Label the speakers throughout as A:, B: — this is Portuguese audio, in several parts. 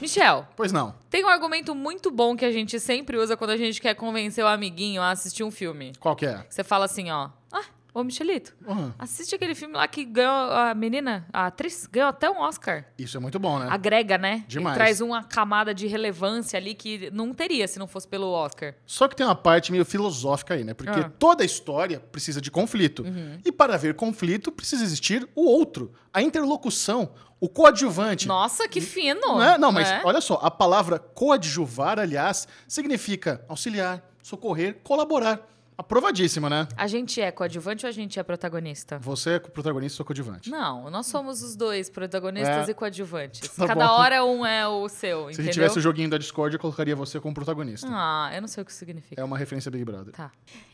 A: Michel,
B: Pois não.
A: tem um argumento muito bom que a gente sempre usa quando a gente quer convencer o amiguinho a assistir um filme.
B: Qual que é?
A: Você fala assim, ó. Ah, ô Michelito,
B: Uhum.
A: assiste aquele filme lá que ganhou a menina, a atriz, ganhou até um Oscar.
B: Isso é muito bom, né?
A: Agrega, né?
B: Demais.
A: E traz uma camada de relevância ali que não teria se não fosse pelo Oscar.
B: Só que tem uma parte meio filosófica aí, né? Porque
A: Ah. Uhum.
B: toda história precisa de conflito. E para haver conflito, precisa existir o outro, a interlocução, o coadjuvante.
A: Nossa, que fino!
B: Não, é? Não, mas
A: né?
B: olha só, a palavra coadjuvar, aliás, significa auxiliar, socorrer, colaborar. Aprovadíssima, né?
A: A gente é coadjuvante ou a gente é protagonista?
B: Você é protagonista, sou coadjuvante.
A: Não, nós somos os dois, protagonistas
B: É.
A: e coadjuvantes.
B: Tá
A: Cada
B: bom.
A: hora um é o seu,
B: Se a
A: entendeu?
B: gente tivesse o joguinho da Discord, eu colocaria você como protagonista.
A: Ah, eu não sei o que significa.
B: É uma referência Big Brother.
A: Tá.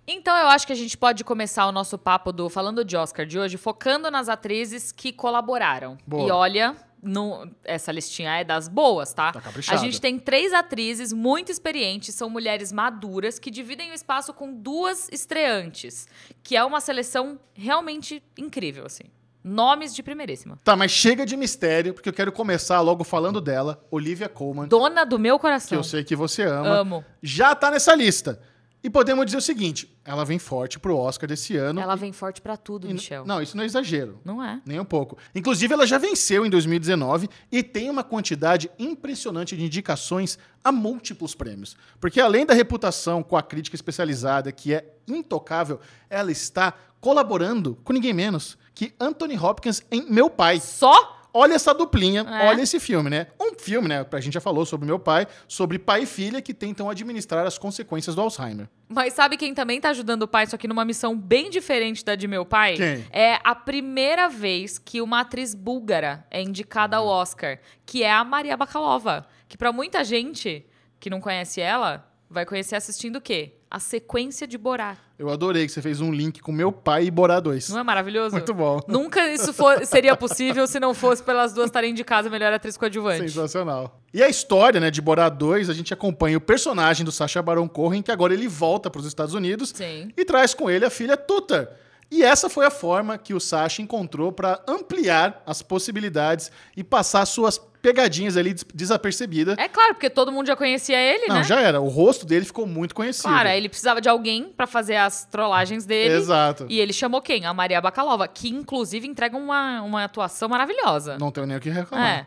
A: Então eu acho que a gente pode começar o nosso papo do Falando de Oscar de hoje, focando nas atrizes que colaboraram.
B: Boa.
A: E olha, no- essa listinha é das boas, tá?
B: Tá
A: a
B: caprichada.
A: gente tem três atrizes muito experientes, são mulheres maduras, que dividem o espaço com duas estreantes, que é uma seleção realmente incrível, assim. Nomes de primeiríssima.
B: Tá, mas chega de mistério, porque eu quero começar logo falando dela, Olivia Colman,
A: Dona do meu
B: que
A: coração.
B: eu sei é que você ama.
A: Amo.
B: já tá nessa lista. E podemos dizer o seguinte: ela vem forte pro Oscar desse ano.
A: Ela vem forte pra tudo,
B: E-
A: Michel.
B: Não, isso não é exagero.
A: Não é?
B: Nem um pouco. Inclusive, ela já venceu em 2019 e tem uma quantidade impressionante de indicações a múltiplos prêmios. Porque além da reputação com a crítica especializada, que é intocável, ela está colaborando com ninguém menos que Anthony Hopkins em Meu Pai.
A: Só
B: Olha essa duplinha,
A: É.
B: olha esse filme, né? Um filme, né? A gente já falou sobre meu pai, sobre pai e filha que tentam administrar as consequências do Alzheimer.
A: Mas sabe quem também tá ajudando o pai, só que numa missão bem diferente da de meu pai?
B: Quem?
A: É a primeira vez que uma atriz búlgara é indicada ao Oscar, que é a Maria Bakalova. Que pra muita gente que não conhece ela, vai conhecer assistindo o quê? A sequência de Borá.
B: Eu adorei que você fez um link com meu pai e Borá 2.
A: Não é maravilhoso?
B: Muito bom.
A: Nunca isso for- seria possível se não fosse pelas duas estarem indicadas a melhor atriz coadjuvante.
B: Sensacional. E a história, né, de Borá 2, a gente acompanha o personagem do Sacha Baron Cohen, que agora ele volta para os Estados Unidos
A: Sim.
B: e traz com ele a filha Tutor. E essa foi a forma que o Sacha encontrou para ampliar as possibilidades e passar suas pegadinhas ali des- desapercebida.
A: É claro, porque todo mundo já conhecia ele,
B: Não,
A: né?
B: já é era. O rosto dele ficou muito conhecido.
A: Claro, ele precisava de alguém pra fazer as trollagens dele.
B: Exato.
A: E ele chamou quem? A Maria Bakalova, que inclusive entrega uma, uma atuação maravilhosa.
B: Não tenho nem o que reclamar.
A: é. Hum.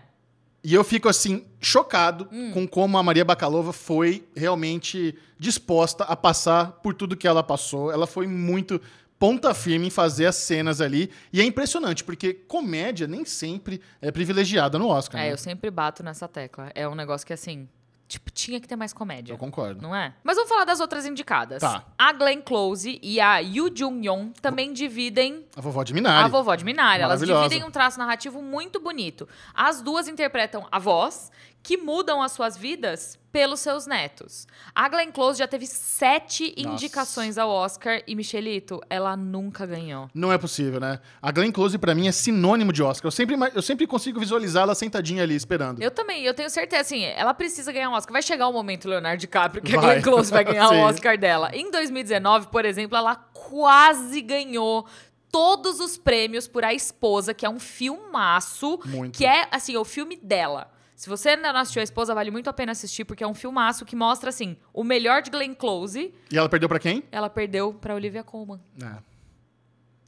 B: E eu fico, assim, chocado com como a Maria Bakalova foi realmente disposta a passar por tudo que ela passou. Ela foi muito ponta firme em fazer as cenas ali. E é impressionante, porque comédia nem sempre é privilegiada no Oscar.
A: é,
B: né?
A: eu sempre bato nessa tecla. É um negócio que assim, tipo, tinha que ter mais comédia.
B: Eu concordo.
A: Não é? Mas vamos falar das outras indicadas.
B: Tá.
A: A Glenn Close e a Yoo Jung-yeon também dividem
B: A vovó de
A: a
B: Minari.
A: vovó de Minari. Elas
B: Maravilhosa.
A: dividem um traço narrativo muito bonito. As duas interpretam avós que mudam as suas vidas pelos seus netos. A Glenn Close já teve sete
B: Nossa.
A: indicações ao Oscar e, Michelito, ela nunca ganhou.
B: Não é possível, né? A Glenn Close, pra mim, é sinônimo de Oscar. Eu sempre, ima- eu sempre consigo visualizá-la sentadinha ali, esperando.
A: Eu também, eu tenho certeza, assim, ela precisa ganhar um Oscar. Vai chegar o momento, Leonardo DiCaprio, que
B: Vai.
A: a Glenn Close vai ganhar
B: Sim.
A: o Oscar dela. Em 2019, por exemplo, ela quase ganhou todos os prêmios por A Esposa, que é um filmaço,
B: Muito.
A: que é, assim, o filme dela. Se você ainda não assistiu A Esposa, vale muito a pena assistir, porque é um filmaço que mostra, assim, o melhor de Glenn Close,
B: E ela perdeu pra quem?
A: ela perdeu pra Olivia Colman.
B: É.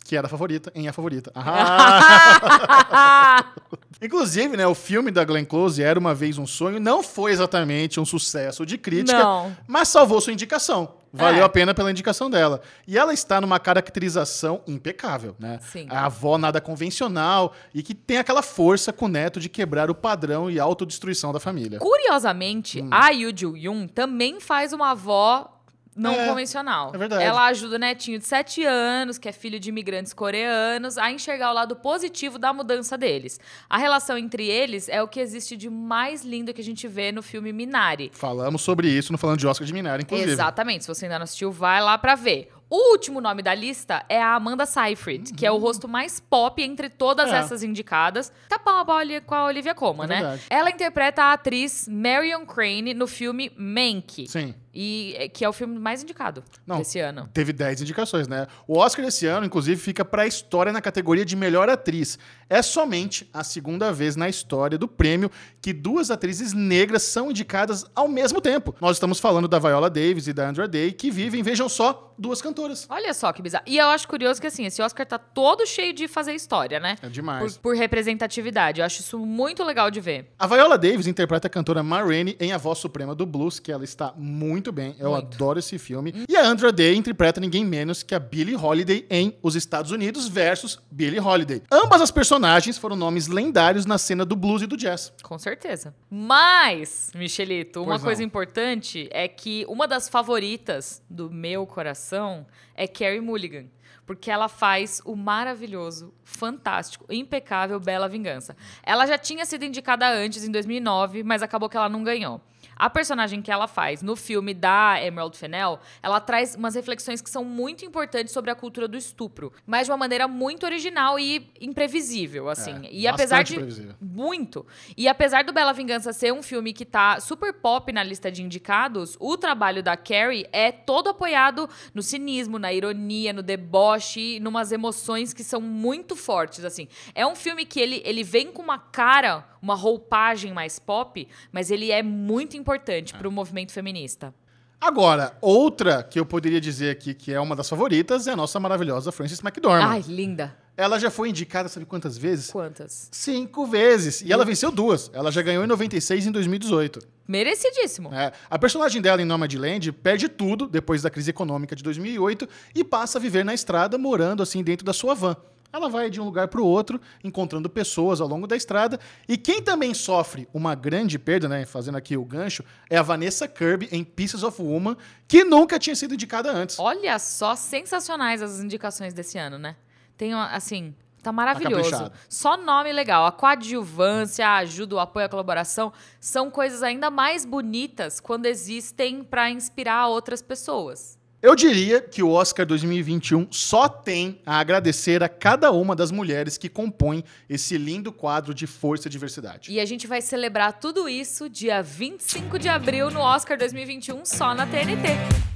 B: Que era a favorita em A Favorita. Ah!
A: Ah!
B: Inclusive, né, o filme da Glenn Close, Era Uma Vez Um Sonho, não foi exatamente um sucesso de crítica,
A: Não.
B: mas salvou sua indicação. Valeu
A: É.
B: a pena pela indicação dela. E ela está numa caracterização impecável, né?
A: Sim.
B: A avó nada convencional e que tem aquela força com o neto de quebrar o padrão e autodestruição da família. Hum.
A: Curiosamente, a Yu Ju Yun também faz uma avó não
B: É,
A: convencional.
B: é verdade.
A: Ela ajuda o netinho de 7 anos, que é filho de imigrantes coreanos, a enxergar o lado positivo da mudança deles. A relação entre eles é o que existe de mais lindo que a gente vê no filme Minari.
B: Falamos sobre isso no Falando de Oscar de Minari, inclusive.
A: Exatamente. Se você ainda não assistiu, vai lá pra ver. O último nome da lista é a Amanda Seyfried, que é o rosto mais pop entre todas
B: Uhum. É.
A: essas indicadas. Tá pau a pau ali com a Olivia Colman,
B: É
A: né?
B: verdade.
A: Ela interpreta a atriz Marion Crane no filme Mank.
B: Sim.
A: E é- que é o filme mais indicado
B: Não.
A: desse ano.
B: Teve 10 indicações, né? O Oscar esse ano, inclusive, fica para a história na categoria de melhor atriz. É somente a segunda vez na história do prêmio que duas atrizes negras são indicadas ao mesmo tempo. Nós estamos falando da Viola Davis e da Andra Day, que vivem, vejam só, duas cantoras.
A: Olha só que bizarro. E eu acho curioso que, assim, esse Oscar tá todo cheio de fazer história, né?
B: É
A: Por,
B: demais.
A: por representatividade. Eu acho isso muito legal de ver.
B: A Viola Davis interpreta a cantora Ma Rainey em A Voz Suprema do Blues, que ela está muito bem. Eu
A: Muito.
B: adoro esse filme. E a Andra Day interpreta ninguém menos que a Billie Holiday em Os Estados Unidos versus Billie Holiday. Ambas as personagens foram nomes lendários na cena do blues e do jazz.
A: Com certeza. Mas, Michelito, uma
B: Pois não.
A: coisa importante é que uma das favoritas do meu coração é Carrie Mulligan. Porque ela faz o maravilhoso, fantástico, impecável Bela Vingança. Ela já tinha sido indicada antes, em 2009, mas acabou que ela não ganhou. A personagem que ela faz no filme da Emerald Fennell, ela traz umas reflexões que são muito importantes sobre a cultura do estupro, mas de uma maneira muito original e imprevisível, assim.
B: É,
A: e apesar
B: bastante
A: de
B: previsível.
A: muito. E apesar do Bela Vingança ser um filme que tá super pop na lista de indicados, o trabalho da Carrie é todo apoiado no cinismo, na ironia, no deboche, e numas emoções que são muito fortes, assim. É um filme que ele, ele vem com uma cara, uma roupagem mais pop, mas ele é muito importante pro movimento feminista.
B: Agora, outra que eu poderia dizer aqui que é uma das favoritas é a nossa maravilhosa Frances McDormand.
A: Ai, linda.
B: Ela já foi indicada, sabe quantas vezes?
A: Quantas?
B: Cinco vezes. E ela venceu duas. Ela já ganhou em 96 e em 2018.
A: Merecidíssimo.
B: É, a personagem dela em Nomadland perde tudo depois da crise econômica de 2008 e passa a viver na estrada, morando assim dentro da sua van. Ela vai de um lugar para o outro, encontrando pessoas ao longo da estrada. E quem também sofre uma grande perda, né, fazendo aqui o gancho, é a Vanessa Kirby em Pieces of Woman, que nunca tinha sido indicada antes.
A: Olha só, sensacionais as indicações desse ano, né? Tem, uma- assim, tá maravilhoso.
B: caprichado.
A: Só nome legal. A coadjuvância, a ajuda, o apoio, a colaboração são coisas ainda mais bonitas quando existem pra inspirar outras pessoas.
B: Eu diria que o Oscar 2021 só tem a agradecer a cada uma das mulheres que compõem esse lindo quadro de força e diversidade.
A: E a gente vai celebrar tudo isso dia 25 de abril no Oscar 2021 só na TNT.